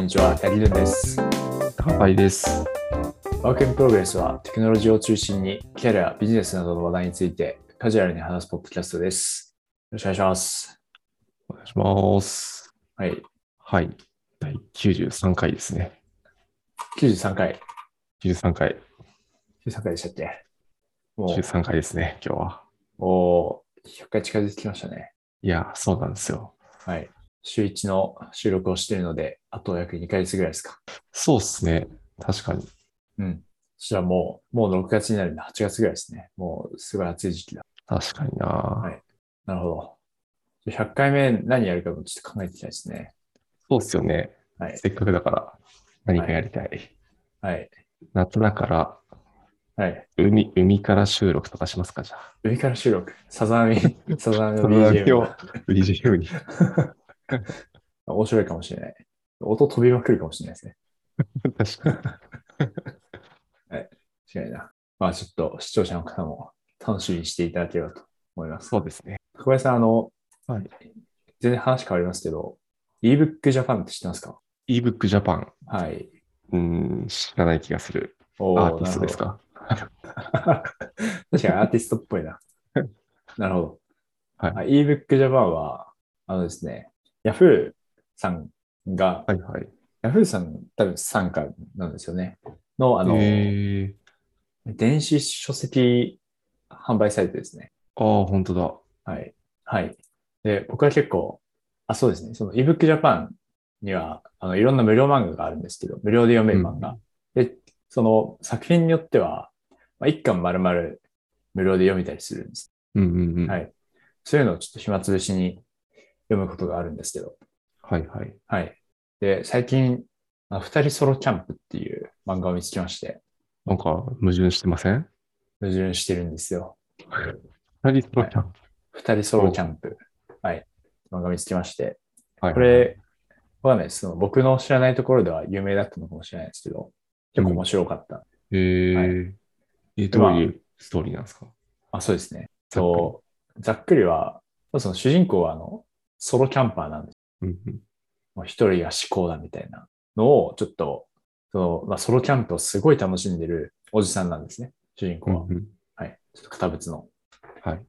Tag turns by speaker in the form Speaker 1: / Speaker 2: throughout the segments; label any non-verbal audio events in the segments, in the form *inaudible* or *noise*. Speaker 1: んにちは、ヤギルンです。
Speaker 2: 高パイです。
Speaker 1: ワークインプログレスはテクノロジーを中心にキャリア、ビジネスなどの話題についてカジュアルに話すポッドキャストです。よろしくお願いします。
Speaker 2: お願いします。
Speaker 1: はい。
Speaker 2: はい。第93回ですね。
Speaker 1: 93回。
Speaker 2: 93回、
Speaker 1: 93回でしたっけも
Speaker 2: 93回ですね、今日は。
Speaker 1: う、おー100回近づいてきましたね。
Speaker 2: いや、そうなんですよ。
Speaker 1: はい。週1の収録をしているので、あと約2ヶ月ぐらいですか。
Speaker 2: そうっすね。確かに。
Speaker 1: うん。そしたらもう、もう6月になるんで、8月ぐらいですね。もう、すごい暑い時期だ。
Speaker 2: 確かにな、
Speaker 1: いなるほど。じゃあ100回目何やるかもちょっと考えていきたいですね。
Speaker 2: そうっすよね。
Speaker 1: はい
Speaker 2: せっかくだから、何かやりたい。
Speaker 1: はい。
Speaker 2: 夏だから、
Speaker 1: はい。
Speaker 2: 海、海から収録とかしますか、じゃあ。
Speaker 1: 上から収録。サザ
Speaker 2: *laughs*
Speaker 1: ンミ、サザンの
Speaker 2: その
Speaker 1: BGM
Speaker 2: 波を
Speaker 1: が。
Speaker 2: BGM に。
Speaker 1: 面白いかもしれない。音飛びまくるかもしれないですね。
Speaker 2: 確かに。
Speaker 1: 違いな。まあちょっと視聴者の方も楽しみにしていただければと思います。
Speaker 2: そうですね。
Speaker 1: 小林さん、あの、
Speaker 2: はい
Speaker 1: 全然話変わりますけど、ebook Japan って知ってますか
Speaker 2: ebook Japan。
Speaker 1: はい。
Speaker 2: うーん、知らない気がする。
Speaker 1: おー
Speaker 2: アーティストです。か。
Speaker 1: なるほど *laughs* 確かにアーティストっぽい
Speaker 2: *laughs*
Speaker 1: な。なるほど。
Speaker 2: はい
Speaker 1: あ ebook Japan は、あのですね、Yahoo さんが、
Speaker 2: はいはい。
Speaker 1: ヤフーさん、多分参加なんですよね。の、あの、
Speaker 2: えー、
Speaker 1: 電子書籍販売サイトですね。
Speaker 2: ああ、本当だ。
Speaker 1: はい。はい。で、僕は結構、あ、そうですね。その ebook Japan には、あの、いろんな無料漫画があるんですけど、無料で読める漫画。で、その作品によっては、まあ、一巻丸々無料で読めたりするんです。
Speaker 2: うんうんうん。
Speaker 1: はい。そういうのをちょっと暇つぶしに読むことがあるんですけど、
Speaker 2: はいはい。
Speaker 1: はい。で、最近、あの二人ソロキャンプっていう漫画を見つけまして、
Speaker 2: なんか矛盾してません
Speaker 1: 矛盾してるんですよ。
Speaker 2: 二人ソロキャンプ。
Speaker 1: 二人ソロキャンプ。はい。漫画見つけまして。
Speaker 2: はい。
Speaker 1: これ、わかんないです。その僕の知らないところでは有名だったのかもしれないですけど、結構面白かった。
Speaker 2: えー
Speaker 1: は
Speaker 2: え、どういうストーリーなんですか
Speaker 1: あ、そうですね。そう、ざっくりは、その主人公はあの、ソロキャンパーなんです。
Speaker 2: うんうん
Speaker 1: もう一人が至高だみたいなのを、ちょっと、その、まあ、ソロキャンプをすごい楽しんでるおじさんなんですね。主人公は。
Speaker 2: うんうん
Speaker 1: はい。ちょっと堅物の。
Speaker 2: はい。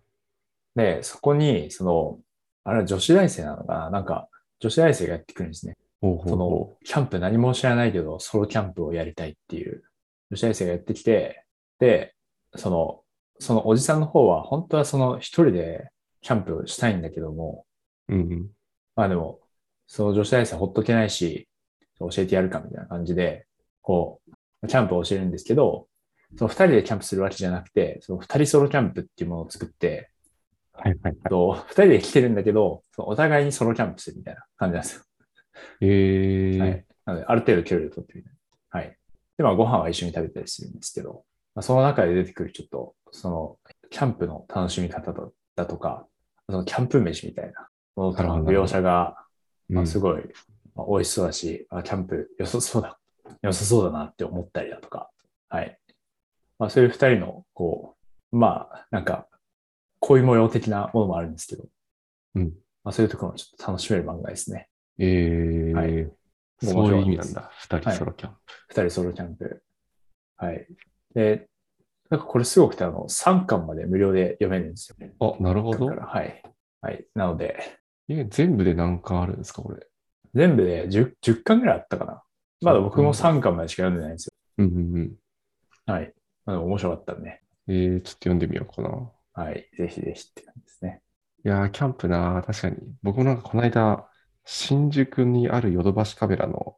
Speaker 1: で、そこに、その、あれは女子大生なのかななんか、女子大生がやってくるんですね。
Speaker 2: ほうほう
Speaker 1: そ
Speaker 2: ほ
Speaker 1: の、キャンプ何も知らないけど、ソロキャンプをやりたいっていう、女子大生がやってきて、で、その、そのおじさんの方は、本当はその一人でキャンプしたいんだけども、
Speaker 2: う。うんうん
Speaker 1: まあでも、その女子大生ほっとけないし、教えてやるかみたいな感じで、こう、キャンプを教えるんですけど、その二人でキャンプするわけじゃなくて、その二人ソロキャンプっていうものを作って、
Speaker 2: はいはい
Speaker 1: えっ
Speaker 2: は
Speaker 1: と、二人で来てるんだけど、そのお互いにソロキャンプするみたいな感じなんですよ。
Speaker 2: い。え
Speaker 1: は
Speaker 2: ー
Speaker 1: い。なので、ある程度距離を取ってみたいな。はい。で、まあ、ご飯は一緒に食べたりするんですけど、まあ、その中で出てくるちょっと、その、キャンプの楽しみ方だだとか、そのキャンプ飯みたいなものとかの描写が、
Speaker 2: う
Speaker 1: まあ、
Speaker 2: ん
Speaker 1: すごい、まあ、美味しそうだし、あ、キャンプ良さそうだ、 *laughs* 良さそうだなって思ったりだとか、はい。まあ、そういう二人の、こう、まあ、なんか、恋模様的なものもあるんですけど、
Speaker 2: うん
Speaker 1: まあ、そういうところもちょっと楽しめる漫画ですね。
Speaker 2: えー
Speaker 1: はい
Speaker 2: そういう意味なんだ。二人ソロキャンプ。
Speaker 1: 二人ソロキャンプ。はい。で、なんかこれすごくて、あの、3巻まで無料で読めるんですよね。
Speaker 2: あ、なるほ
Speaker 1: だ
Speaker 2: ど
Speaker 1: か。ら、はい。はい。なので、
Speaker 2: え全部で何巻あるんですか、これ。
Speaker 1: 全部で 10, 10巻ぐらいあったかな。まだ僕も3巻までしか読んでないんですよ。
Speaker 2: うんうんうん。
Speaker 1: はい。まあ、でも面白かったんで、
Speaker 2: えーちょっと読んでみようかな。
Speaker 1: はい。ぜひぜひって感じですね。
Speaker 2: いやー、キャンプなー、確かに。僕もなんかこの間、新宿にあるヨドバシカメラの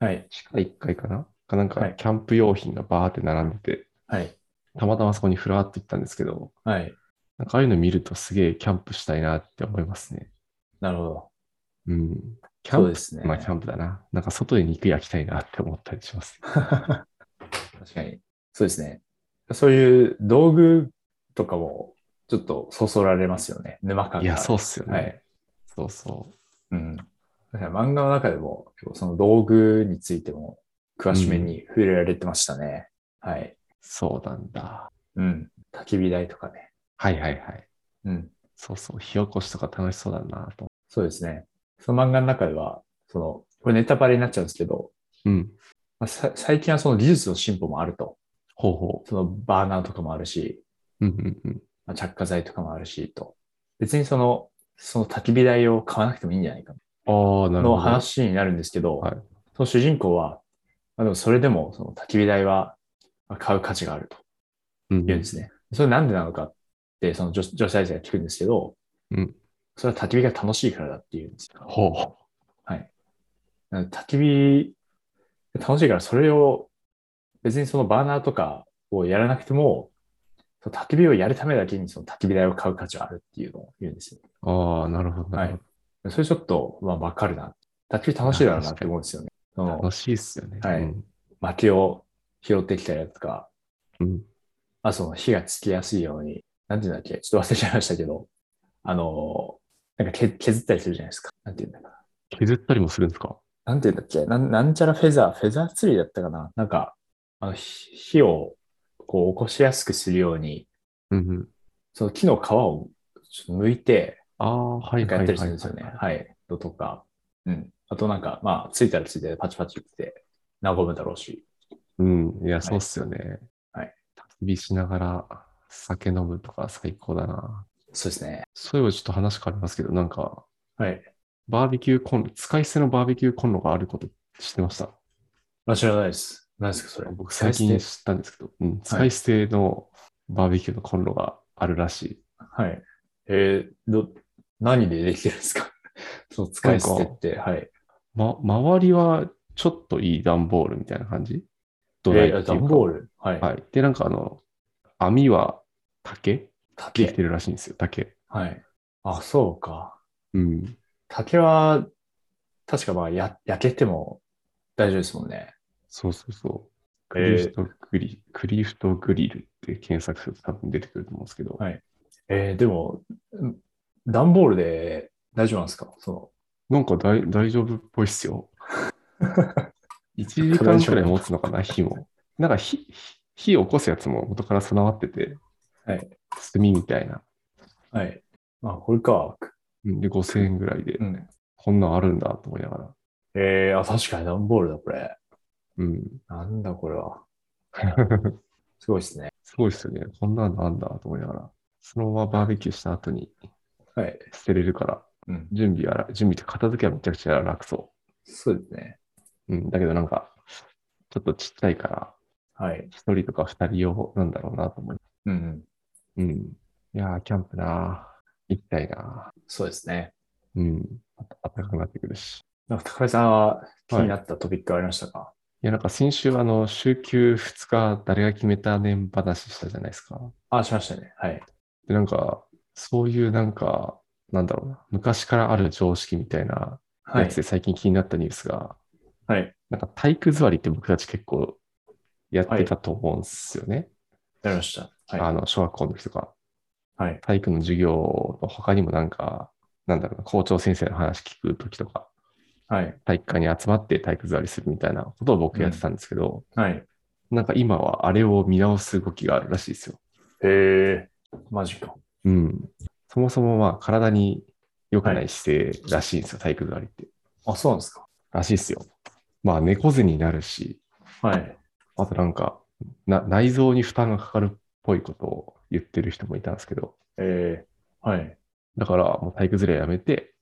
Speaker 1: はい。
Speaker 2: 地下1階かなかなんか
Speaker 1: はい、
Speaker 2: キャンプ用品がバーって並んでて、
Speaker 1: はい。
Speaker 2: たまたまそこにふらっと行ったんですけど、
Speaker 1: はい。
Speaker 2: なんかああいうの見るとすげえキャンプしたいなって思いますね。
Speaker 1: なるほど。
Speaker 2: うん。キャ
Speaker 1: そう
Speaker 2: ン
Speaker 1: で
Speaker 2: プ、
Speaker 1: すね。
Speaker 2: まあキャンプだな。なんか外で肉焼きたいなって思ったりします。
Speaker 1: 確かに。そうですね。そういう道具とかも、ちょっとそそられますよね。沼感が。
Speaker 2: いや、そうっすよね。
Speaker 1: はい。
Speaker 2: そうそう。
Speaker 1: うん。だから漫画の中でも、結構その道具についても、詳しめに触れられてましたね。はい。
Speaker 2: そうなんだ。
Speaker 1: うん。焚き火台とかね。
Speaker 2: はいはいはい。
Speaker 1: うん。
Speaker 2: そうそう。火起こしとか楽しそうだなと。
Speaker 1: そうですね。その漫画の中では、その、これネタバレになっちゃうんですけど、
Speaker 2: うん。
Speaker 1: まあ、さ最近はその技術の進歩もあると。
Speaker 2: ほうほ
Speaker 1: そのバーナーとかもあるし、
Speaker 2: う。うんうんうん。
Speaker 1: まあ、着火剤とかもあるし、と。別にその、その焚き火台を買わなくてもいいんじゃないか
Speaker 2: ああ、なる
Speaker 1: の
Speaker 2: ほど。
Speaker 1: 話になるんですけど、
Speaker 2: はい
Speaker 1: その主人公は、まあ、でもそれでもその焚き火台はまあ買う価値があると
Speaker 2: うん
Speaker 1: 言うんですね。それなんでなのかって、その女女子大生が聞くんですけど、
Speaker 2: うん
Speaker 1: それは焚き火が楽しいからだって言うんですよ。
Speaker 2: ほうほ
Speaker 1: なので焚き火、楽しいからそれを、別にそのバーナーとかをやらなくても、その焚き火をやるためだけにその焚き火台を買う価値はあるっていうのを言うんですよ。
Speaker 2: う。ああ、なるほど。なるほ
Speaker 1: それちょっと、まあ、わかるな。焚き火楽しいだろうなって思うんですよね。そ
Speaker 2: ど
Speaker 1: の
Speaker 2: 楽しいっすよね。
Speaker 1: はい
Speaker 2: うん
Speaker 1: 薪を拾ってきたやつとか、
Speaker 2: うん。
Speaker 1: あ、その火がつきやすいように、なんていうんだっけ、ちょっと忘れちゃいましたけど、あの、なんかけ削ったりするじゃないですか。なんていうんだか
Speaker 2: 削ったりもするんですか
Speaker 1: な。なんていうんだっけ、なんなんちゃらフェザー、フェザーツリーだったかな。なんか、あの、ひ火をこう起こしやすくするように、
Speaker 2: うんうん。
Speaker 1: その木の皮をちょっと剥いて、
Speaker 2: ああ、はい
Speaker 1: なんかやっ
Speaker 2: はいはい
Speaker 1: たりするんですよね。はい。のとか、うん。あとなんか、まあ、ついたらついてパチパチって、和むだろうし。
Speaker 2: うん。いや、そうっすよね。
Speaker 1: はい。
Speaker 2: 焚き火しながら酒飲むとか最高だな。
Speaker 1: そうですね。
Speaker 2: そういえばちょっと話変わりますけど、なんか、
Speaker 1: はい。
Speaker 2: バーベキューコンロ、使い捨てのバーベキューコンロがあること知ってました。
Speaker 1: あ、知らないです。何ですか、それ。
Speaker 2: 僕最近知ったんですけど、うん、使い捨てのバーベキューのコンロがあるらしい。
Speaker 1: はい。えー、ど、何でできてるんですか *laughs* その使い捨てって、はい。
Speaker 2: ま、周りはちょっといい段ボールみたいな感じ
Speaker 1: え
Speaker 2: 土台ってい
Speaker 1: ー
Speaker 2: うか。
Speaker 1: 段ボール。はい。
Speaker 2: はい。で、なんかあの、網は竹
Speaker 1: 竹
Speaker 2: できてるらしいんですよ、竹。
Speaker 1: はい。あ、そうか。
Speaker 2: うん。
Speaker 1: 竹は、確かまあ、や、焼けても大丈夫ですもんね。
Speaker 2: そうそうそう。クリ
Speaker 1: え
Speaker 2: フトグリ、クリフトグリルって検索すると多分出てくると思うんですけど、
Speaker 1: はいーえーでも、ん段ボールで大丈夫なんですかその、
Speaker 2: なんか大大丈夫っぽいっ
Speaker 1: *laughs*
Speaker 2: すよ。1時間くらい持つのかな、火も。なんか火、火を起こすやつも元から備わってて、
Speaker 1: はい
Speaker 2: 炭みたいな。
Speaker 1: はい。あ、これか。
Speaker 2: うんで、5000円ぐらいで
Speaker 1: う、ん。
Speaker 2: こんなんあるんだと思いながら。
Speaker 1: えー、あ、確かに段ボールだ、これ。
Speaker 2: うん。 *laughs*
Speaker 1: なんだ、これは。すごいですね。
Speaker 2: すごいっすよね。こんなんなんだと思いながら。そのままバーベキューした後に
Speaker 1: はい。
Speaker 2: 捨てれるから、
Speaker 1: うん。
Speaker 2: 準備は、準備と片付けはめちゃくちゃ楽そ
Speaker 1: そうですね。
Speaker 2: う。うん。だけどなんか、ちょっとちっちゃいから、
Speaker 1: はい。
Speaker 2: 一人とか二人用なんだろうなと思い
Speaker 1: うんうん。
Speaker 2: うん。いやー、キャンプなー行きたいな
Speaker 1: そうですね。
Speaker 2: ーうん。ああったかくなってくるし。
Speaker 1: なんか高井さんは気になったトピックありましたか、
Speaker 2: いや、なんか先週、あの、週休2日、誰が決めた年話したじゃないですか。
Speaker 1: あ、しましたね。はい。
Speaker 2: で、なんか、そういうなんか、なんだろうな、昔からある常識みたいな
Speaker 1: は
Speaker 2: や
Speaker 1: い
Speaker 2: つ。で最近気になったニュースが、
Speaker 1: はい。
Speaker 2: なんか体育座りって僕たち結構やってたと思うんですよね。
Speaker 1: やりました。は
Speaker 2: あの、小学校の時とか。
Speaker 1: はい
Speaker 2: 体育の授業の他にもなんか、なんだろうな、校長先生の話聞く時とか、
Speaker 1: い。はい。
Speaker 2: 体育館に集まって体育座りするみたいなことを僕やってたんですけど、
Speaker 1: はい。
Speaker 2: なんか今はあれを見直す動きがあるらしいですよ。
Speaker 1: へえマジか。
Speaker 2: うん。そもそもまあ体に良くない姿勢らしいんですよ、体育座りって。
Speaker 1: あ、そうなんですか。
Speaker 2: らしいですよ。まあ猫背になるし、
Speaker 1: はい。
Speaker 2: あとなんかな内臓に負担がかかるっぽいことを言ってる人もいたんですけど、
Speaker 1: えー、はい。
Speaker 2: だからもう体育座りはやめて、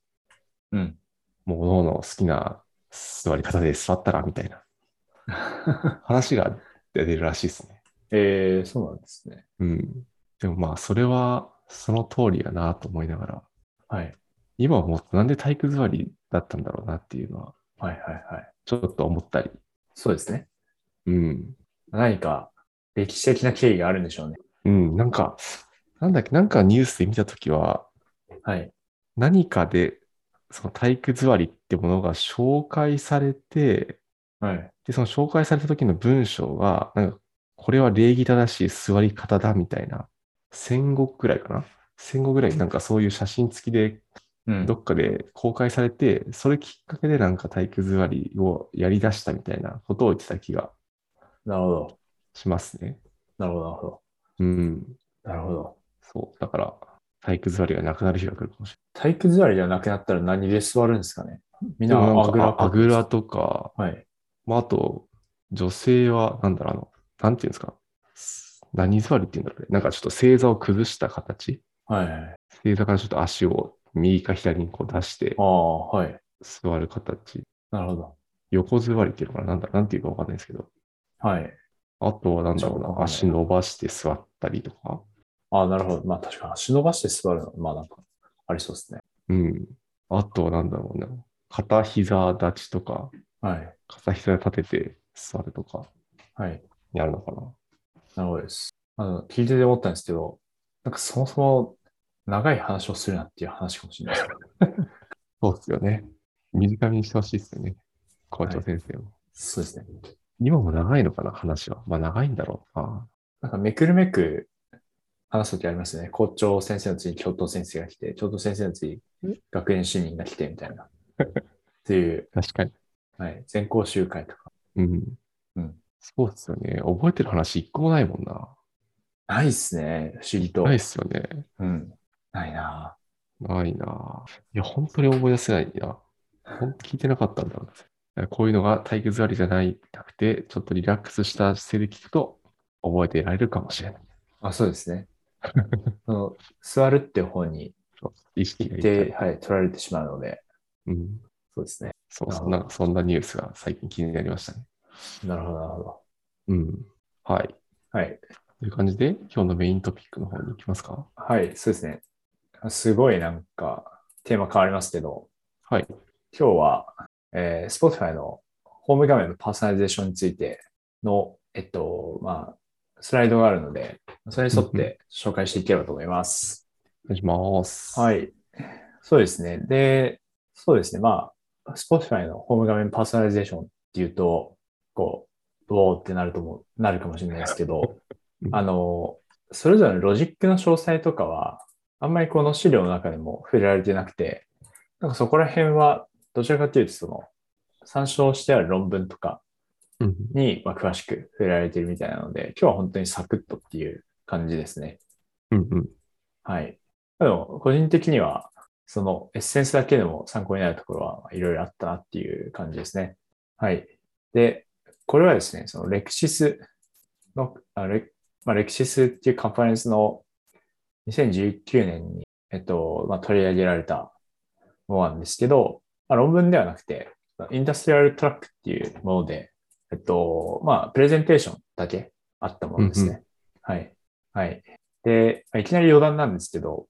Speaker 1: うん。
Speaker 2: もう各々好きな座り方で座ったらみたいな話が出てるらしいですね。
Speaker 1: えー、そうなんですね。
Speaker 2: うん。でもまあ、それはその通りやなと思いながら、
Speaker 1: はい。
Speaker 2: 今はもっとなんで体育座りだったんだろうなっていうのは、
Speaker 1: はいはいはい。
Speaker 2: ちょっと思ったり。
Speaker 1: そうですね。
Speaker 2: うん。
Speaker 1: 何か歴史的な経緯があるんでしょうね。
Speaker 2: うん、なんか、なんだっけ、なんかニュースで見たときは、
Speaker 1: はい。
Speaker 2: 何かで、その体育座りってものが紹介されて、
Speaker 1: はい。
Speaker 2: で、その紹介された時の文章が、なんか、これは礼儀正しい座り方だみたいな、戦後ぐらいかな戦後ぐらいになんかそういう写真付きで
Speaker 1: うん
Speaker 2: ど。っかで公開されて、それきっかけでなんか体育座りをやり出したみたいなことを言ってた気が
Speaker 1: なるほど。
Speaker 2: しますね。
Speaker 1: なるほど、なるほど。
Speaker 2: うん。
Speaker 1: なるほど。
Speaker 2: そう。だから、体育座りがなくなる日が来るかもし
Speaker 1: 体育座りじゃなくなったら何で座るんですかね。みん
Speaker 2: で
Speaker 1: な
Speaker 2: も
Speaker 1: ア
Speaker 2: なん
Speaker 1: グ
Speaker 2: か
Speaker 1: ラ
Speaker 2: あアグラとか、
Speaker 1: はい。
Speaker 2: まあ、あと、女性は、なんだろう、あの、なんていうんですか、す何座りっていうんだろうね。なんかちょっと正座を崩した形。
Speaker 1: はいはい。
Speaker 2: 正座からちょっと足を右か左にこう出して
Speaker 1: ああ、はい。
Speaker 2: 座る形。
Speaker 1: なるほど。
Speaker 2: 横座りっていうのかななんだなんていうかわかんないですけど。
Speaker 1: はい。
Speaker 2: あとはなんだろ
Speaker 1: ちょ
Speaker 2: う
Speaker 1: っとわかん
Speaker 2: な、
Speaker 1: ない
Speaker 2: 足伸ばして座ったりとか。
Speaker 1: ああ、なるほど。まあ確かに足伸ばして座るの、まあなんか、ありそうですね。
Speaker 2: うん。あとはなんだろうな、片膝立ちとか、
Speaker 1: はい。
Speaker 2: 片膝立てて座るとか、
Speaker 1: はい。
Speaker 2: やるのかな。
Speaker 1: なるほどです。あの、聞いてて思ったんですけど、なんかそもそも長い話をするなっていう話かもしれ
Speaker 2: *laughs*
Speaker 1: ないです。
Speaker 2: そうですよね。短めにしてほしいですよね。校長先生も。
Speaker 1: そうですね。
Speaker 2: 今も長いのかな、話は。まあ長いんだろうな。
Speaker 1: なんかめくるめく話すときありますね。校長先生の次に教頭先生が来て、教頭先生の次に学園主任が来てみたい
Speaker 2: *laughs*
Speaker 1: な。っていう、
Speaker 2: 確かに。
Speaker 1: はい。全校集会とか。
Speaker 2: うん。
Speaker 1: うん
Speaker 2: そうですよね。覚えてる話一個もないもんな。
Speaker 1: ないっすね。不思議と。
Speaker 2: ないですよね。
Speaker 1: うん。ないな
Speaker 2: ないな。いや、本当に思い出せないな。ほんと聞いてなかったんだな。こういうのが体育座りじゃないなくて、ちょっとリラックスした姿勢で聞くと、覚えていられるかもしれない。
Speaker 1: ああ、そうです
Speaker 2: *laughs*
Speaker 1: ね。その座るって方に
Speaker 2: そう意識が
Speaker 1: 行っ
Speaker 2: いった
Speaker 1: て、
Speaker 2: り
Speaker 1: はい、取られてしまうので、
Speaker 2: うん。
Speaker 1: そうですね。
Speaker 2: そう
Speaker 1: なる
Speaker 2: そ
Speaker 1: ほど
Speaker 2: う。なんかそんなニュースが最近気になりましたね。
Speaker 1: なるほど、なるほど。
Speaker 2: うん。はい。
Speaker 1: はい。
Speaker 2: という感じで、今日のメイントピックの方に行きますか。
Speaker 1: はい、そうですね。すごいなんか、テーマ変わりますけど、
Speaker 2: はい。
Speaker 1: 今日は、えー Spotify のホーム画面のパーソナリゼーションについての、えっと、まあ、スライドがあるので、それに沿って紹介していければと思います。
Speaker 2: お願いします。。
Speaker 1: はいい。そうですね。で、そうですね。まあ、Spotify のホーム画面パーソナリゼーションっていうと、こう、おーってなるとも、なるかもしれないですけど
Speaker 2: *laughs* う、ん
Speaker 1: あの、それぞれのロジックの詳細とかは、あんまりこの資料の中でも触れられてなくて、なんかそこら辺は、どちらかというと、その、参照してある論文とか
Speaker 2: うん。
Speaker 1: に、まあ、詳しく触れられてるみたいなので、今日は本当にサクッとっていう感じですね。
Speaker 2: うんうん。
Speaker 1: はい。でも、個人的には、そのエッセンスだけでも参考になるところはいろいろあったなっていう感じですね。はい。で、これはですね、そのレクシスの、あレまあ、レクシスっていうカンファレンスの2019年に、えっと、まあ、取り上げられたものなんですけど、まあ、論文ではなくて、インダストリアルトラックっていうもので、えっと、まあ、プレゼンテーションだけあったものですね。はい。はい。で、まあいきなり余談なんですけど、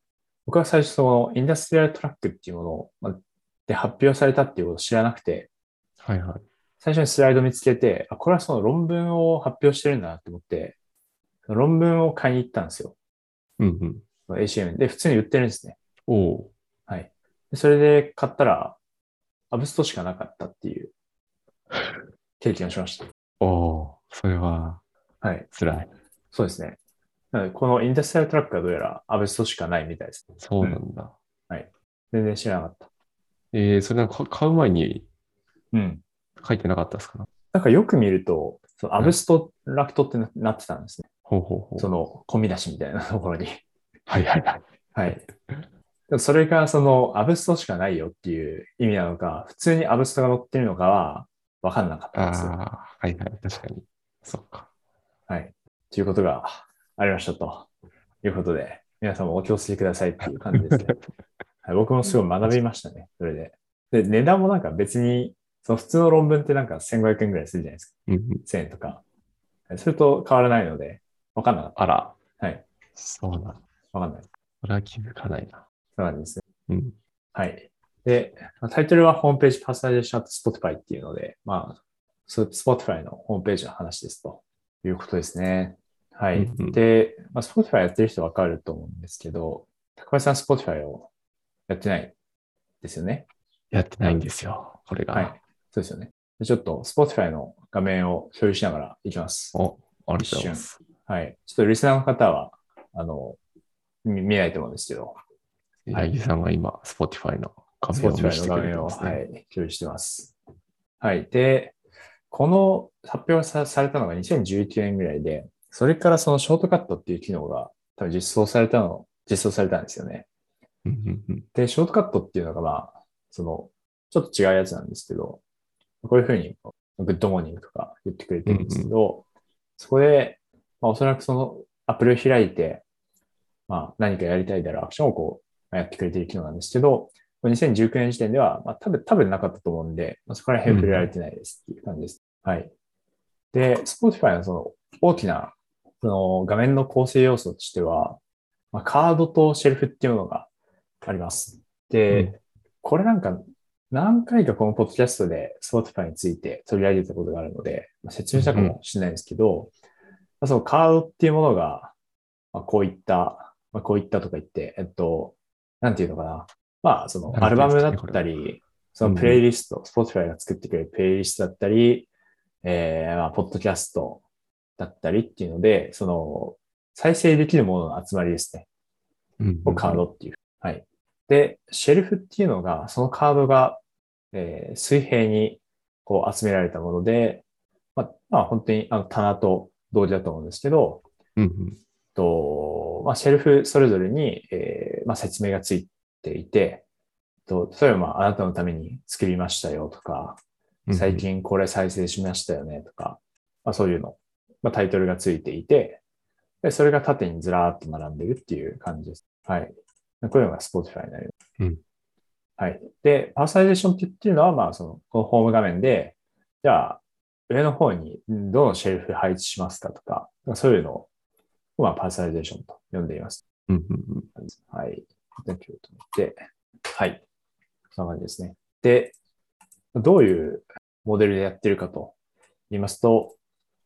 Speaker 1: 僕は最初そのインダストリアルトラックっていうものを、まあで発表されたっていうことを知らなくて、
Speaker 2: はいはい。
Speaker 1: 最初にスライド見つけて、あ、これはその論文を発表してるんだなって思って、その論文を買いに行ったんですよ。
Speaker 2: うんうん。
Speaker 1: その ACM で普通に売ってるんですね。
Speaker 2: おう。
Speaker 1: はい。でそれで買ったら、アブストしかなかったっていう経験をしました。
Speaker 2: おう。それは
Speaker 1: はい。
Speaker 2: 辛い。
Speaker 1: そうですね。なのでこのインダストリアルトラックはどうやらアブストしかないみたいです。
Speaker 2: そうなんだ。
Speaker 1: 全然知らなかった。
Speaker 2: えー、それなんか買う前に
Speaker 1: うん。
Speaker 2: 書いてなかったですか
Speaker 1: なんかよく見ると、そのアブストラクトってななってたんですね。
Speaker 2: ほうほうほ。
Speaker 1: そうの、込み出しみたいなところに。
Speaker 2: はいはいはい。
Speaker 1: はい。でもそれが、その、アブストしかないよっていう意味なのか、普通にアブストが載ってるのかは、わかんなかっ
Speaker 2: あ
Speaker 1: たん
Speaker 2: あ
Speaker 1: ですよ。、
Speaker 2: はいはい。確かに。そっか。
Speaker 1: はい。ということがありましたと。いうことで、皆さんもお気をつけくださいっていう感じですね。はい、僕もすごい学びましたね。それで。で、値段もなんか別に、その普通の論文ってなんか1500円ぐらいするじゃないですか。
Speaker 2: うんうん。
Speaker 1: 1000円とか。それと変わらないので、わかんなかった。
Speaker 2: あら。
Speaker 1: はい。
Speaker 2: そうなんだ。
Speaker 1: わかんない。
Speaker 2: これは気づかないな。
Speaker 1: そうなんですね。
Speaker 2: うん。
Speaker 1: はい。で、タイトルはホームページパーソナリゼーションアット Spotify っていうので、まあ、そう Spotify のホームページの話ですということですね。はい。
Speaker 2: うんうん
Speaker 1: で、まあ、Spotify やってる人わかると思うんですけど、高橋さん Spotify をやってないですよね。
Speaker 2: やってないんですよ。これが。
Speaker 1: はい。そうですよね。でちょっと Spotify の画面を共有しながらいきます。
Speaker 2: お、ありがとうございます。
Speaker 1: はい。ちょっとリスナーの方は、あの、見見ないと思うんですけど、
Speaker 2: え
Speaker 1: 瞬
Speaker 2: ー
Speaker 1: はい
Speaker 2: 八木さんが今、Spotify の画面を見
Speaker 1: Spotify の
Speaker 2: せて
Speaker 1: 画
Speaker 2: くれて
Speaker 1: 面を、
Speaker 2: ます
Speaker 1: は
Speaker 2: ね。
Speaker 1: い、共有してます。はい。で、この発表さされたのが2019年ぐらいで、それからそのショートカットっていう機能が多分実装されたの、実装されたんですよね。
Speaker 2: うんうんうん
Speaker 1: で、ショートカットっていうのがまあ、そのちょっと違うやつなんですけど、こういうふうに、グッドモーニングとか言ってくれてるんですけど、そこで、まあ、おそらくそのアプリを開いて、まあ、何かやりたいであるアクションをこう、まあやってくれてる機能なんですけど、2019年時点では、まあ、多分、多分なかったと思うんで、まあ、そこら辺触れられてないですっていう感じです。はい。で、Spotify のその大きな、その画面の構成要素としては、まあ、カードとシェルフっていうのがあります。で、
Speaker 2: うん
Speaker 1: これなんか何回かこのポッドキャストで Spotify について取り上げたことがあるので、まあ説明したかもしれないんですけど、まあそのカードっていうものが、まあ、こういった、まあ、こういったとか言って、えっと、なんていうのかな。まあ、そのアルバムだったり、そのプレイリスト、Spotify が作ってくれるプレイリストだったり、えー、まあ、ポッドキャストだったりっていうので、その、再生できるものの集まりですね。
Speaker 2: うん
Speaker 1: をカードっていう。はい。で、シェルフっていうのが、そのカードが、えー水平にこう集められたもので、まあ、まあ、本当にあの棚と同時だと思うんですけど、
Speaker 2: うんうん。
Speaker 1: とまあ、シェルフそれぞれに、えーまあ、説明がついていて、と例えば、まあ、あなたのために作りましたよとか、
Speaker 2: うん
Speaker 1: 最。近これ再生しましたよねとか、まあ、そういうの、まあ、タイトルがついていてで、それが縦にずらーっと並んでるっていう感じです。はい。こういうのが Spotify になります。
Speaker 2: うん
Speaker 1: はい。で、パーソナリゼーションって言ってるのは、まあ、その、このホーム画面で、じゃあ、上の方にんどのシェルフ配置しますかとか、そういうのを、まあ、パーソナリゼーションと呼んでいます。
Speaker 2: うんうんうん
Speaker 1: はい。勉強と思って、はい。そんな感じですね。で、どういうモデルでやってるかと言いますと、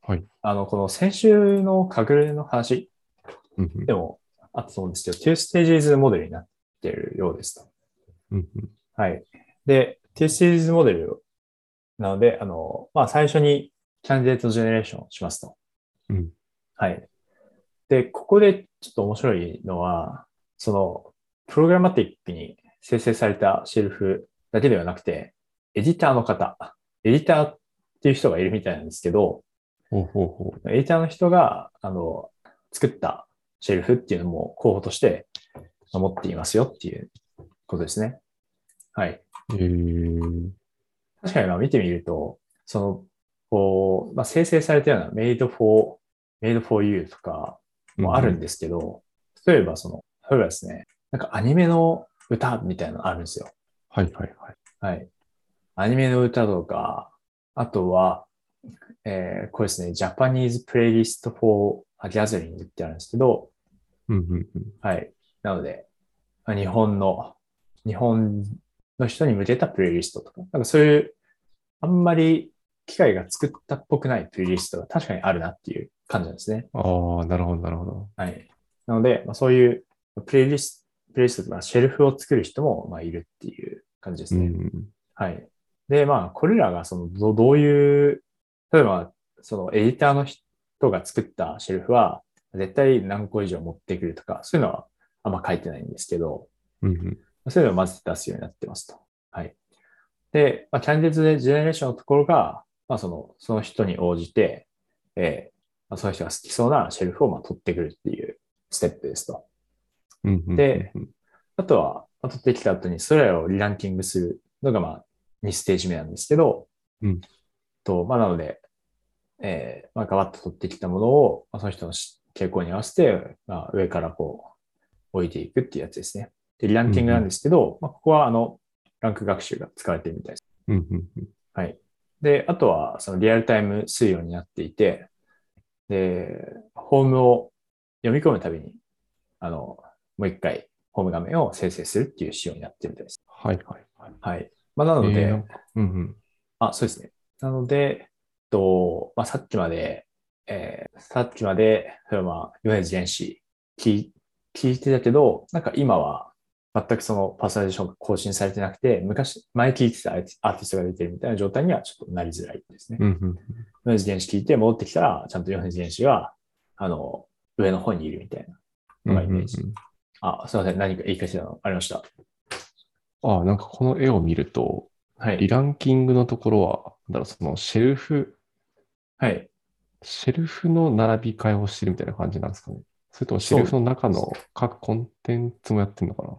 Speaker 2: はい。
Speaker 1: あの、この先週のカグルの話
Speaker 2: うんうん
Speaker 1: でもあったと思うんですけど、2ステージズモデルになっているようですと。
Speaker 2: うんうん
Speaker 1: はい。で、2ステージズモデルなので、あの、まあ、最初にキャンディデートジェネレーションをしますと。
Speaker 2: うん
Speaker 1: はい。で、ここでちょっと面白いのは、その、プログラマティックに生成されたシェルフだけではなくて、エディターの方、エディターっていう人がいるみたいなんですけど、
Speaker 2: ほうほうほ
Speaker 1: エディターの人が、あの、作ったシェルフっていうのも候補として持っていますよっていうことですね。はい。
Speaker 2: う。えー。
Speaker 1: 確かにまあ見てみると、その、こう、まあ、生成されたような made for, made for you とかもあるんですけど、例えばその、例えばですね、なんかアニメの歌みたいなのあるんですよ。
Speaker 2: はいはいはい。
Speaker 1: はい。アニメの歌とか、あとは、えー、これですね、Japanese Playlist for a Gathering ってあるんですけど、
Speaker 2: うんうんうん。
Speaker 1: はい。なので、まあ日本の、日本の人に向けたプレイリストとか、なんかそういう、あんまり機械が作ったっぽくないプレイリストが確かにあるなっていう感じなんですね。
Speaker 2: ああ、なるほどなるほど。
Speaker 1: はい。なので、まあ、そういうプレイリスト、プレイリストとかシェルフを作る人もまあいるっていう感じです
Speaker 2: う
Speaker 1: ね。
Speaker 2: ん。
Speaker 1: はい。で、まあ、これらがそのどどういう、例えば、そのエディターの人が作ったシェルフは、絶対何個以上持ってくるとか、そういうのはあんま書いてないんですけど、
Speaker 2: うんうん。
Speaker 1: そういうのをまず出すようになってますと。はい。で、まあ、キャンディーズジェネレーションのところが、まあ、その、その人に応じて、えーまあ、その人が好きそうなシェルフをまあ取ってくるっていうステップですと。
Speaker 2: うんうん。
Speaker 1: で
Speaker 2: うん
Speaker 1: あとは、まあ取ってきた後にそれらをリランキングするのが、まあ、2ステージ目なんですけど、
Speaker 2: うん
Speaker 1: と、まあ、なので、えー、まあ、ガバッと取ってきたものを、まあ、その人のし傾向に合わせて、まあ、上からこう、置いていくっていうやつですね。で、リランキングなんですけど、まあ、ここは、あの、ランク学習が使われてるみたいです。
Speaker 2: うんうんうん。
Speaker 1: はい。で、あとは、そのリアルタイム推論になっていて、で、ホームを読み込むたびに、あの、もう一回、ホーム画面を生成するっていう仕様になってるみたいです。
Speaker 2: はいはいはい。
Speaker 1: はい。まあ、なので、
Speaker 2: えーなんかうんうん。
Speaker 1: あ、そうですね。なので、えっと、まあ、さっきまで、えーさっきまで、それは、米津玄師聞い、聞いてたけど、なんか今は、全くそのパーソナリゼーションが更新されてなくて、昔、前聞いてたアーティアーティストが出てるみたいな状態にはちょっとなりづらいですね。
Speaker 2: うんうん。
Speaker 1: 米津玄師聞いて戻ってきたら、ちゃんと米津玄師が、あの、上の方にいるみたいな。
Speaker 2: うん
Speaker 1: まあ
Speaker 2: う
Speaker 1: イ
Speaker 2: んう
Speaker 1: メ
Speaker 2: ん
Speaker 1: ージあ、すいません。何か言い返したのありました。
Speaker 2: ああ、なんかこの絵を見ると、
Speaker 1: はい
Speaker 2: リ。ランキングのところは、なんだろう、そのシェルフ、
Speaker 1: はい。
Speaker 2: シェルフの並び替えをしてるみたいな感じなんですかね。それともシェルフの中の各コンテンツもやってるのかない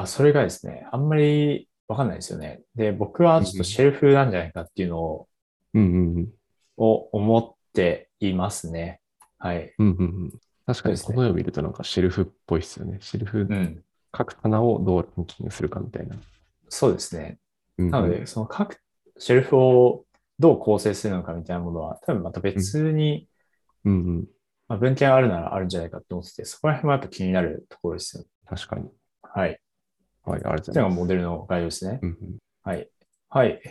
Speaker 1: や、それがですね、あんまりわかんないですよね。で、僕はちょっとシェルフなんじゃないかっていうのを
Speaker 2: うんうんうん。
Speaker 1: を思っていますね。はい。
Speaker 2: うんうんうん。確かに、
Speaker 1: そうですね
Speaker 2: この絵を見るとなんかシェルフっぽいですよね。シェルフ
Speaker 1: う、ん。
Speaker 2: 各棚をどうランキングするかみたいな。
Speaker 1: そうですね。
Speaker 2: うんうん
Speaker 1: なので、その各シェルフをどう構成するのかみたいなものは、多分また別に、
Speaker 2: うんうん。
Speaker 1: まあ、文献あるならあるんじゃないかって思ってて、そこら辺もやっぱ気になるところですよね。
Speaker 2: 確かに。
Speaker 1: はい。
Speaker 2: はい、ありがと
Speaker 1: そうれ
Speaker 2: ござ
Speaker 1: が
Speaker 2: います。
Speaker 1: モデルの概要ですね。
Speaker 2: うんうん
Speaker 1: はい。はい。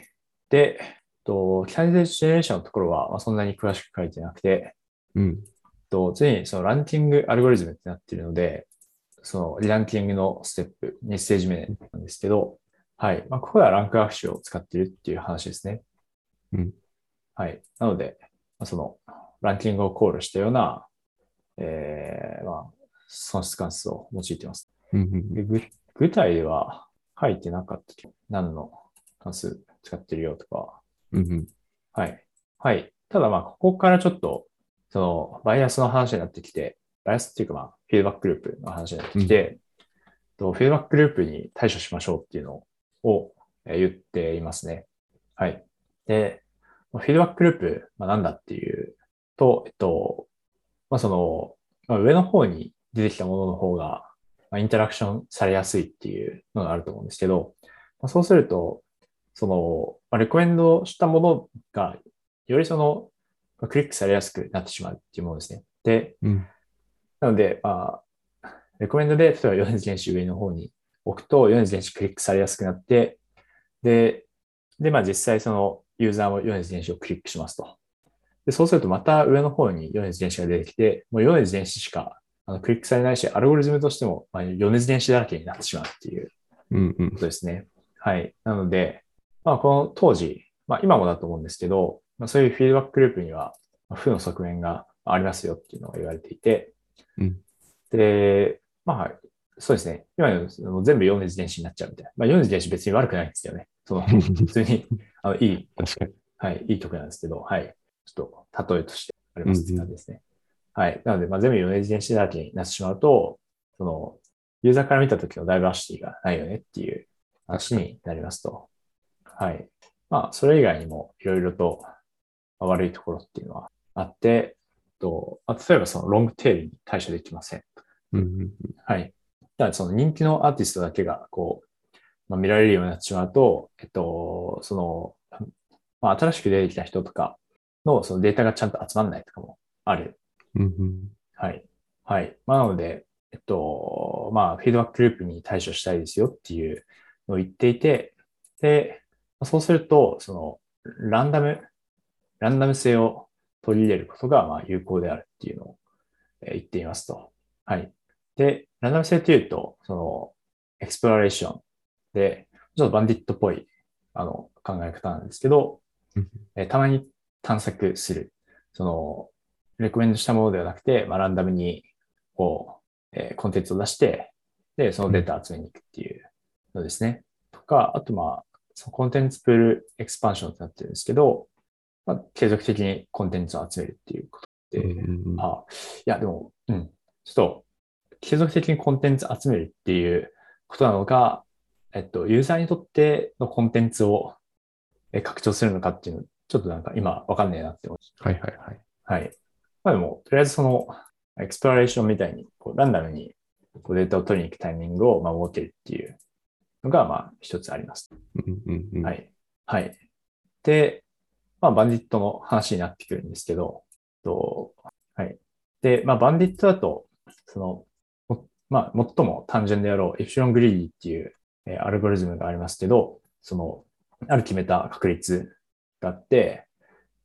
Speaker 1: で、えっと、北イジェネレーションのところは、まあ、そんなに詳しく書いてなくて、
Speaker 2: うん。
Speaker 1: えっと、ついにそのランキングアルゴリズムってなってるので、そのリランキングのステップ、2ステージ目なんですけど、はい。まあ、ここではランク学習を使ってるっていう話ですね。
Speaker 2: うん。
Speaker 1: はい。なので、まあ、そのランキングを考慮したような、えー、まあ、損失関数を用いてます。
Speaker 2: うんうん
Speaker 1: で具具体では書いてなかったけど。何の関数使ってるよとか。
Speaker 2: うんうん。
Speaker 1: はい。はい。ただまあ、ここからちょっと、その、バイアスの話になってきて、バイアスっていうかまあ、フィードバックループの話になってきて、とフィードバックループに対処しましょうっていうのをえー言っていますね。はい。で、まあフィードバックループ、まあ、なんだっていうと、えっと、まあ、その、まあ、上の方に出てきたものの方が、まあ、インタラクションされやすいっていうのがあると思うんですけど、まあ、そうすると、その、まあ、レコメンドしたものが、よりその、まあクリックされやすくなってしまうっていうものですね。で、
Speaker 2: うん
Speaker 1: なので、まあ、レコメンドで、例えば米津玄師上の方に置くと、米津玄師クリックされやすくなって、で、で、まあ実際そのユーザーも米津玄師をクリックしますと。で、そうするとまた上の方に米津玄師が出てきて、もう米津玄師しかあのクリックされないし、アルゴリズムとしても、まあ、米津玄師だらけになってしまうっていう
Speaker 2: うんうん *laughs*
Speaker 1: こ。とですね。はい。なので、まあ、この当時、まあ、今もだと思うんですけど、まあ、そういうフィードバックループには、まあ負の側面がありますよっていうのが言われていて、
Speaker 2: うん
Speaker 1: で、まあ、そうですね。今のその全部米津電子になっちゃうみたいな。まあ、米津電子別に悪くないんですよね。そ
Speaker 2: *laughs*
Speaker 1: の、普
Speaker 2: 確
Speaker 1: 通に、あの、いい、
Speaker 2: かに。
Speaker 1: はい、いい曲なんですけど、はい。ちょっと、例えとしてありますって感じですね。はい。なので、まあ、全部米津電子だらけになってしまうと、その、ユーザーから見た時のダイバーシティがないよねっていう話になりますと。はい。まあ、それ以外にもいろいろとまあ悪いところっていうのはあって、とまあ例えばそのロングテールに対処できません。
Speaker 2: うんうん
Speaker 1: はい。だからその人気のアーティストだけがこう、まあ、見られるようになってしまうと、えっと、その、まあ、新しく出てきた人とかのそのデータがちゃんと集まらないとかもある
Speaker 2: うんうん。
Speaker 1: はい。はい。まあ、なので、えっと、まあ、フィードバックループに対処したいですよっていうのを言っていて、で、まあそうすると、その、ランダム、ランダム性を取り入れることが、まあ、有効であるっていうのをえー言っていますと。はい。で、ランダム性っていうと、その、エクスプロレーションで、ちょっとバンディットっぽい、あの、考え方なんですけど
Speaker 2: うん、
Speaker 1: えーたまに探索する。その、レコメンドしたものではなくて、まあ、ランダムに、こう、えーコンテンツを出して、で、そのデータを集めに行くっていうのですね。とか、あと、まあ、そのコンテンツプールエクスパンションってなってるんですけど、まあ、継続的にコンテンツを集めるっていうことで、
Speaker 2: うんうん
Speaker 1: あ、いや、でも、うん、ちょっと、継続的にコンテンツ集めるっていうことなのか、えっと、ユーザーにとってのコンテンツをえ拡張するのかっていうの、ちょっとなんか今わかんねえなって思って
Speaker 2: はいはいはい。
Speaker 1: はい。まあでも、とりあえずその、エクスプロレーションみたいに、こう、ランダムにこうデータを取りに行くタイミングを、まあ、設けるっていうのが、まあ、一つあります。
Speaker 2: うんうんうん。。
Speaker 1: はいい。はい。で、まあ、バンディットの話になってくるんですけど、とはい。で、まあ、バンディットだと、その、もまあ、最も単純であろう、エプシロングリーディっていう、えーアルゴリズムがありますけど、その、ある決めた確率があって、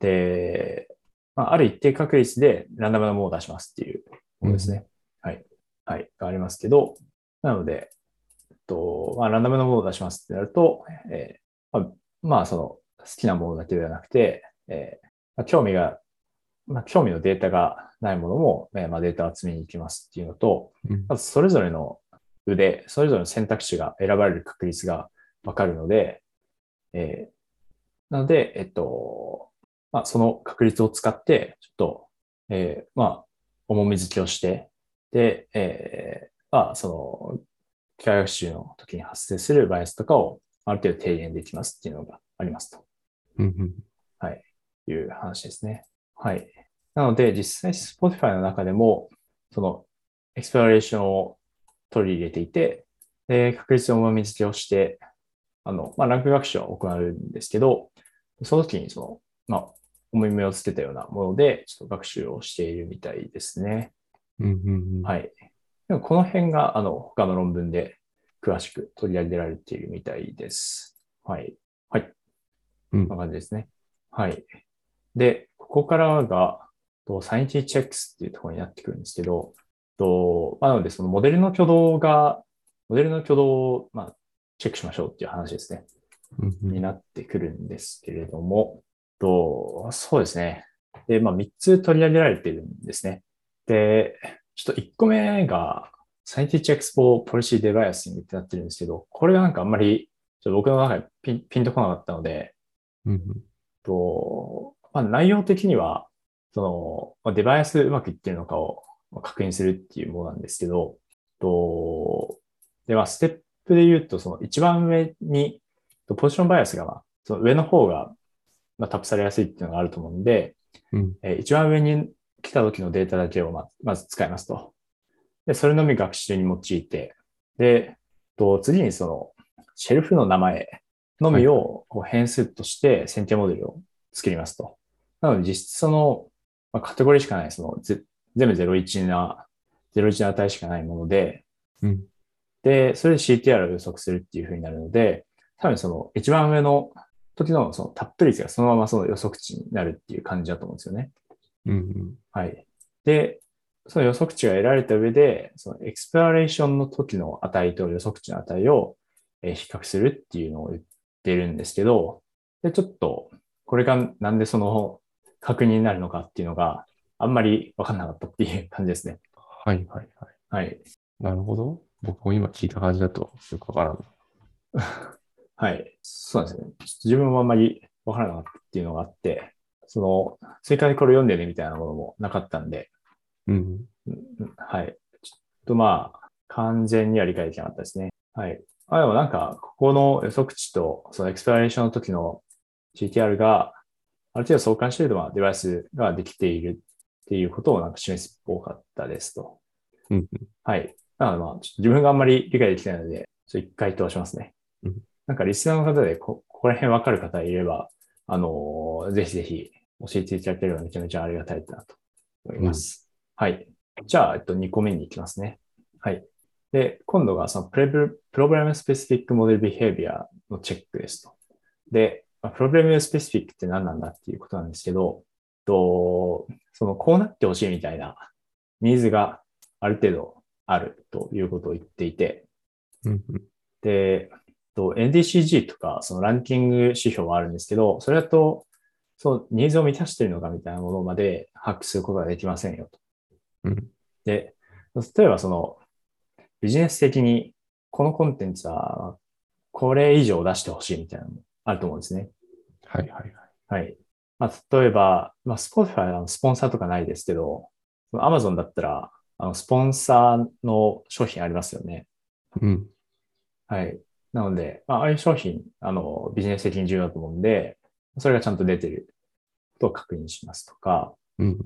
Speaker 1: で、まあ、ある一定確率でランダムなものを出しますっていうものですね。はい。はい。がありますけど、なので、えっとまあ、ランダムなものを出しますってなると、えーまあ、まあ、その、好きなものだけではなくて、えーまあ、興味が、まあ、興味のデータがないものも、えーまあ、データを集めに行きますっていうのと、
Speaker 2: うん
Speaker 1: まずそれぞれの腕、それぞれの選択肢が選ばれる確率がわかるので、えーなので、えっと、まあ、その確率を使って、ちょっと、えーまあ、重み付けをして、で、えーまあ、その、機械学習の時に発生するバイアスとかをある程度提言できますっていうのがありますと。
Speaker 2: うんうん。
Speaker 1: いう話ですね。はい。なので、実際 Spotify の中でも、その、エクスプロレーションを取り入れていて、で、確率を重み付けをして、あの、まあ、ランク学習は行うんですけど、その時にその、まあ、重みをつけたようなもので、ちょっと学習をしているみたいですね。
Speaker 2: うんうんうん。い。
Speaker 1: はい。でもこの辺が、あの、他の論文で詳しく取り上げられているみたいです。はい。はい。
Speaker 2: うん
Speaker 1: こんな感じですね。はい。で、ここからが、とサインティチェックスっていうところになってくるんですけど、とまあなので、そのモデルの挙動が、モデルの挙動を、まあ、チェックしましょうっていう話ですね。
Speaker 2: うんう
Speaker 1: に
Speaker 2: ん
Speaker 1: なってくるんですけれども、とそうですね。で、まあ、3つ取り上げられてるんですね。で、ちょっと1個目が、サインティックエクスポポリシーデバイアシングってなってるんですけど、これがなんかあんまり、ちょっと僕の中でピンピンとこなかったので、
Speaker 2: うん
Speaker 1: と、まあ、内容的には、その、まあ、デバイスうまくいってるのかをまあ確認するっていうものなんですけど、と、で、まあ、ステップで言うと、その一番上に、とポジションバイアスが、まあ、その上の方が、まあ、タップされやすいっていうのがあると思うんで、
Speaker 2: うん
Speaker 1: えー一番上に来た時のデータだけをままず使いますと。で、それのみ学習に用いて、で、と次にその、シェルフの名前のみをこう変数として選定モデルを作りますと。なので実質その、まあ、カテゴリーしかない、そのぜ全部01な、01な値しかないもので、
Speaker 2: うん
Speaker 1: で、それで CTR を予測するっていう風になるので、多分その一番上の時のそのタップ率がそのままその予測値になるっていう感じだと思うんですよね。
Speaker 2: うんうん
Speaker 1: はい。で、その予測値が得られた上で、そのエクスプロレーションの時の値と予測値の値をえー比較するっていうのを言ってるんですけど、で、ちょっと、これがなんでその確認になるのかっていうのがあんまりわかんなかったっていう感じですね。
Speaker 2: はいはいはい。
Speaker 1: はい。 *laughs*
Speaker 2: なるほど。僕も今聞いた感じだとよくわからん。
Speaker 1: はい。そうなんですよね。ちょっと自分もあんまりわからなかったっていうのがあって、その、追加でこれ読んでねみたいなものもなかったんで、
Speaker 2: うん。
Speaker 1: うんはい。ちょっとまあ、完全には理解できなかったですね。はい。あ、でもなんか、ここの予測値と、そのエクスプロレーションの時の GTR が、ある程度相関していると、まあ、デバイスができているっていうことをなんか示すっぽかったですと。
Speaker 2: うんうん
Speaker 1: はい。なのでまあ、ちょっと自分があんまり理解できてないので、ちょっと一回通しますね。
Speaker 2: うん
Speaker 1: なんか、リスナーの方でこ、ここら辺わかる方いれば、あのーぜひぜひ教えていただければめちゃめちゃありがたいなと思います。はい。じゃあ、えっと、2個目に行きますね。はい。で、今度がそのプレブプログラムスペシフィックモデルビヘイビアのチェックですと。で、まあプログラムスペシフィックって何なんだっていうことなんですけど、とそのこうなってほしいみたいなニーズがある程度あるということを言っていて、
Speaker 2: うん
Speaker 1: で、と NDCG とかそのランキング指標はあるんですけど、それだとそうニーズを満たしているのかみたいなものまで把握することができませんよと。
Speaker 2: うん
Speaker 1: で、例えばそのビジネス的にこのコンテンツはこれ以上出してほしいみたいなのもあると思うんですね。
Speaker 2: はいはいはい。
Speaker 1: はい。まあ、例えば、まあ、Spotify はスポンサーとかないですけど、Amazon だったら、あのスポンサーの商品ありますよね。
Speaker 2: うん。
Speaker 1: はい。なので、まあ、ああいう商品、あの、ビジネス的に重要だと思うんで、それがちゃんと出てることを確認しますとか、
Speaker 2: うん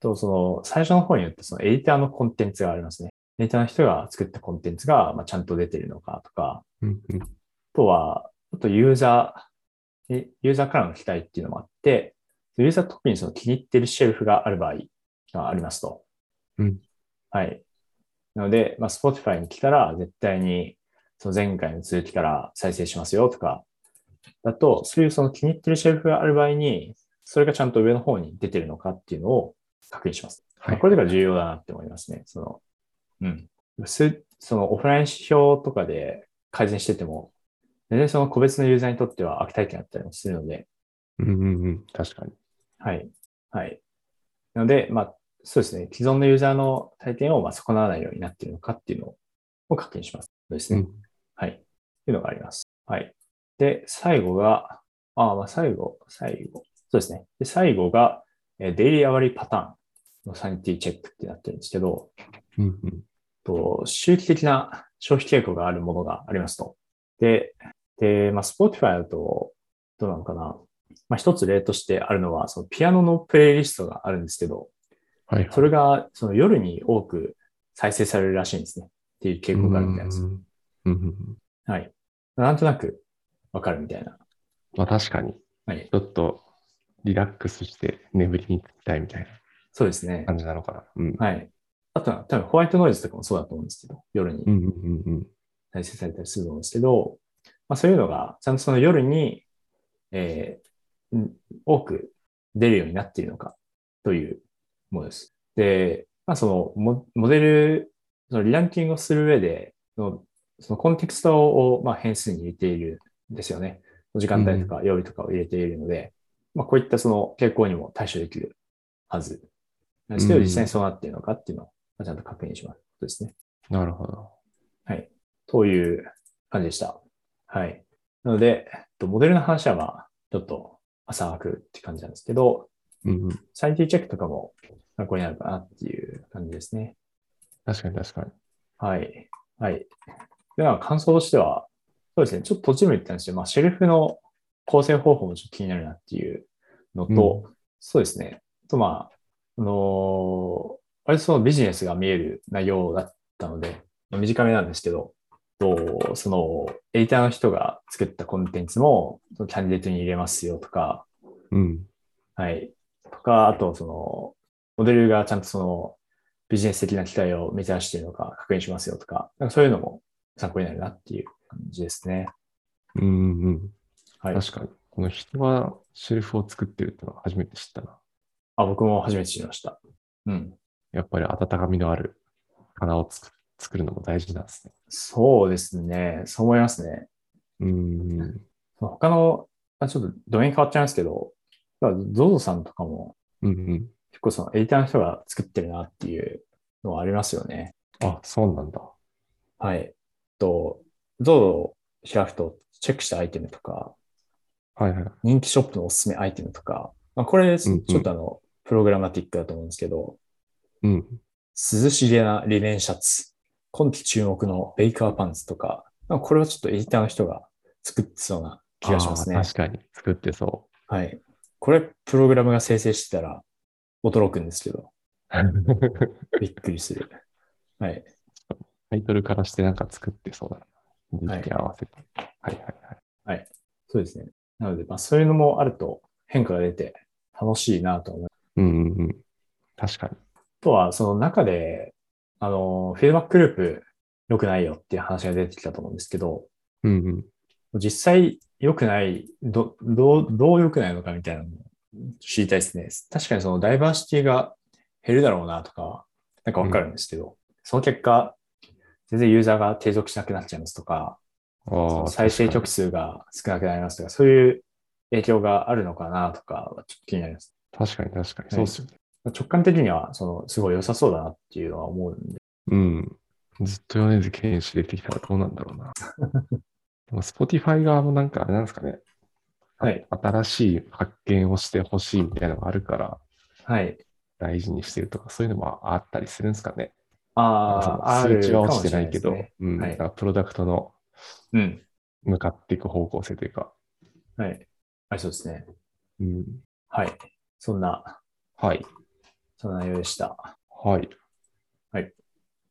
Speaker 1: と、その、最初の方によって、そのエディターのコンテンツがありますね。エディターの人が作ったコンテンツが、まあ、ちゃんと出てるのかとか、
Speaker 2: うん。うん
Speaker 1: あとは、あとユーザーに、ユーザーからの期待っていうのもあって、ユーザー特にその気に入ってるシェルフがある場合がありますと。
Speaker 2: うん
Speaker 1: はい。なので、まあ、Spotify に来たら、絶対に、その前回の続きから再生しますよとか、だと、そういうその気に入ってるシェルフがある場合に、それがちゃんと上の方に出てるのかっていうのを確認します。
Speaker 2: はい。
Speaker 1: これが重要だなって思いますね。その、うん。すそのオフライン指標とかで改善してても、全然その個別のユーザーにとっては悪体験だったりもするので、
Speaker 2: うんうんうん。確かに。
Speaker 1: はい。はい。なので、まあ、そうですね。既存のユーザーの体験をまあ損なわないようになっているのかっていうのを確認します。そうですね。
Speaker 2: うん
Speaker 1: はい。というのがあります。はい。で、最後が、あまあ、最後、最後。そうですね。で、最後が、えーデイリーアワリパターンのサニティチェックってなってるんですけど、
Speaker 2: うんうん。
Speaker 1: と、周期的な消費傾向があるものがありますと。で、で、まあ、Spotify だと、どうなのかな。まあ、一つ例としてあるのは、そのピアノのプレイリストがあるんですけど、
Speaker 2: はい。
Speaker 1: それがその夜に多く再生されるらしいんですね。っていう傾向があるみたいです
Speaker 2: う。んうんうん。
Speaker 1: はい。なんとなくわかるみたいな。
Speaker 2: まあ確かに、
Speaker 1: はい。
Speaker 2: ちょっとリラックスして眠りに行きたいみたい
Speaker 1: そうですね
Speaker 2: な。感じなのかな。うん。
Speaker 1: はい。あとは、多分ホワイトノイズとかもそうだと思うんですけど、夜に
Speaker 2: うんうんうんうん。
Speaker 1: 再生されたりすると思うんですけど、まあ、そういうのが、ちゃんとその夜に、えーん多く出るようになっているのかというものです。で、まあ、そのモモデル、そのリランキングをする上で、そのそのコンテクストを、まあ、変数に入れているんですよね。時間帯とか曜日とかを入れているので、まあ、こういったその傾向にも対処できるはず。なんですけど、
Speaker 2: うん
Speaker 1: 実際にそうなっているのかっていうのをまあちゃんと確認します。ことですね。
Speaker 2: なるほど。
Speaker 1: という感じでした。はい。なので、えっとモデルの話はまあ、ちょっと浅くって感じなんですけど、
Speaker 2: うんうん。
Speaker 1: サイティチェックとかも参考になるかなっていう感じですね。
Speaker 2: 確かに確かに。
Speaker 1: はい。はい。では、感想としては、そうですね、ちょっと途中も言ったんですけど、まあ、シェルフの構成方法もちょっと気になるなっていうのと、そうですね、あとまあ、あのー割とそのビジネスが見える内容だったので、まあ短めなんですけど、とそのエディターの人が作ったコンテンツもそのキャンディデートに入れますよとか、
Speaker 2: うん。
Speaker 1: はい。とか、あと、その、モデルがちゃんとその、ビジネス的な期待を満たしているのか確認しますよとか、なんかそういうのも参考になるなっていう感じですね。
Speaker 2: うんうんうん。
Speaker 1: はい。
Speaker 2: 確かに。この人がシェルフを作ってるってのは初めて知ったな。
Speaker 1: あ、僕も初めて知りました。うん。
Speaker 2: やっぱり温かみのある棚を作作るのも大事なんですね。
Speaker 1: そうですね。そう思いますね。
Speaker 2: うんうん。
Speaker 1: 他の、あちょっとドメイン変わっちゃいますけど、ゾゾさんとかも
Speaker 2: うん
Speaker 1: 結構そのエディターの人が作ってるなっていうのはありますよね。
Speaker 2: うん。あ、そうなんだ。
Speaker 1: はい。と、ゾゾを開くとチェックしたアイテムとか、
Speaker 2: はいはい。
Speaker 1: 人気ショップのおすすめアイテムとか、まあ、これ、ち
Speaker 2: うんうん
Speaker 1: ょっとあの、プログラマティックだと思うんですけど、
Speaker 2: うん。
Speaker 1: 涼しげなリレンシャツ、今季注目のベイカーパンツとか、まあ、これはちょっとエディターの人が作ってそうな気がします
Speaker 2: あ
Speaker 1: ね
Speaker 2: ー。確かに。作ってそ
Speaker 1: はい。これ、プログラムが生成してたら驚くんですけど、
Speaker 2: う。 *laughs*
Speaker 1: びっくりする。はい。
Speaker 2: タイトルからしてなんか作ってそうだな。
Speaker 1: はい
Speaker 2: 時期合わせて。はいはいはい。
Speaker 1: そうですね。なので、まあ、そういうのもあると変化が出て楽しいなと思います
Speaker 2: うんうんうん。確かに。
Speaker 1: あとは、その中で、あの、フィードバックループ良くないよっていう話が出てきたと思うんですけど、
Speaker 2: うんうん。
Speaker 1: 実際良くない、ど、どう、どう良くないのかみたいなのを知りたいですね。確かにそのダイバーシティが減るだろうなとか、なんかわかるんですけど、その結果、全然ユーザーが継続しなくなっちゃいますとか、そ
Speaker 2: あ
Speaker 1: の
Speaker 2: あ。
Speaker 1: 再生
Speaker 2: 確
Speaker 1: 曲
Speaker 2: か
Speaker 1: 数が少なくなりますとか、そういう影響があるのかなとか、ちょっと気になります。
Speaker 2: に確かに確かに。そうっすよね。
Speaker 1: 直感的には、その、すごい良さそうだなっていうのは思うんで
Speaker 2: うん。ずっと米津玄師出てきたらどうなんだろ
Speaker 1: *laughs*
Speaker 2: うな。でも、Spotify 側もなんか、あれなんですかね。
Speaker 1: はい
Speaker 2: あ。新しい発見をしてほしいみたいなのがあるから、
Speaker 1: はい。
Speaker 2: 大事にしてるとか、そういうのもあったりするんですかね。
Speaker 1: ああ、
Speaker 2: その数値は落ちて
Speaker 1: あ
Speaker 2: ない
Speaker 1: るか
Speaker 2: け
Speaker 1: もしれで
Speaker 2: ど、
Speaker 1: すね
Speaker 2: うん。
Speaker 1: はい
Speaker 2: だからプロダクトの
Speaker 1: うん。
Speaker 2: 向かっていく方向性というか、
Speaker 1: はい。ありそうですね。
Speaker 2: うん。
Speaker 1: はい。そんな、
Speaker 2: はい。
Speaker 1: そんな内容でした。
Speaker 2: はい。
Speaker 1: はい。
Speaker 2: あり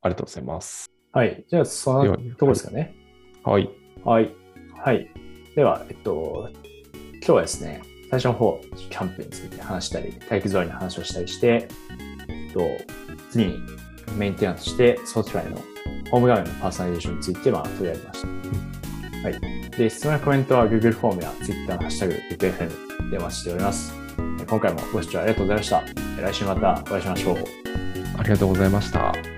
Speaker 2: がとうございます。
Speaker 1: はい。じゃあ、そんなとこですかね。
Speaker 2: はい。
Speaker 1: はい。はい。では、えっと、今日はですね、最初の方、キャンプについて話したり、体育座りの話をしたりして、えっと、次にメンテナンスして、Spotify のホーム画面のパーソナリゼーションについて、まあ、取り上げました。はい。で、質問やコメントは Google フォームや Twitter のハッシュタグ、GFM でお待ちしております。今回もご視聴ありがとうございました。来週またお会いしましょう。
Speaker 2: ありがとうございました。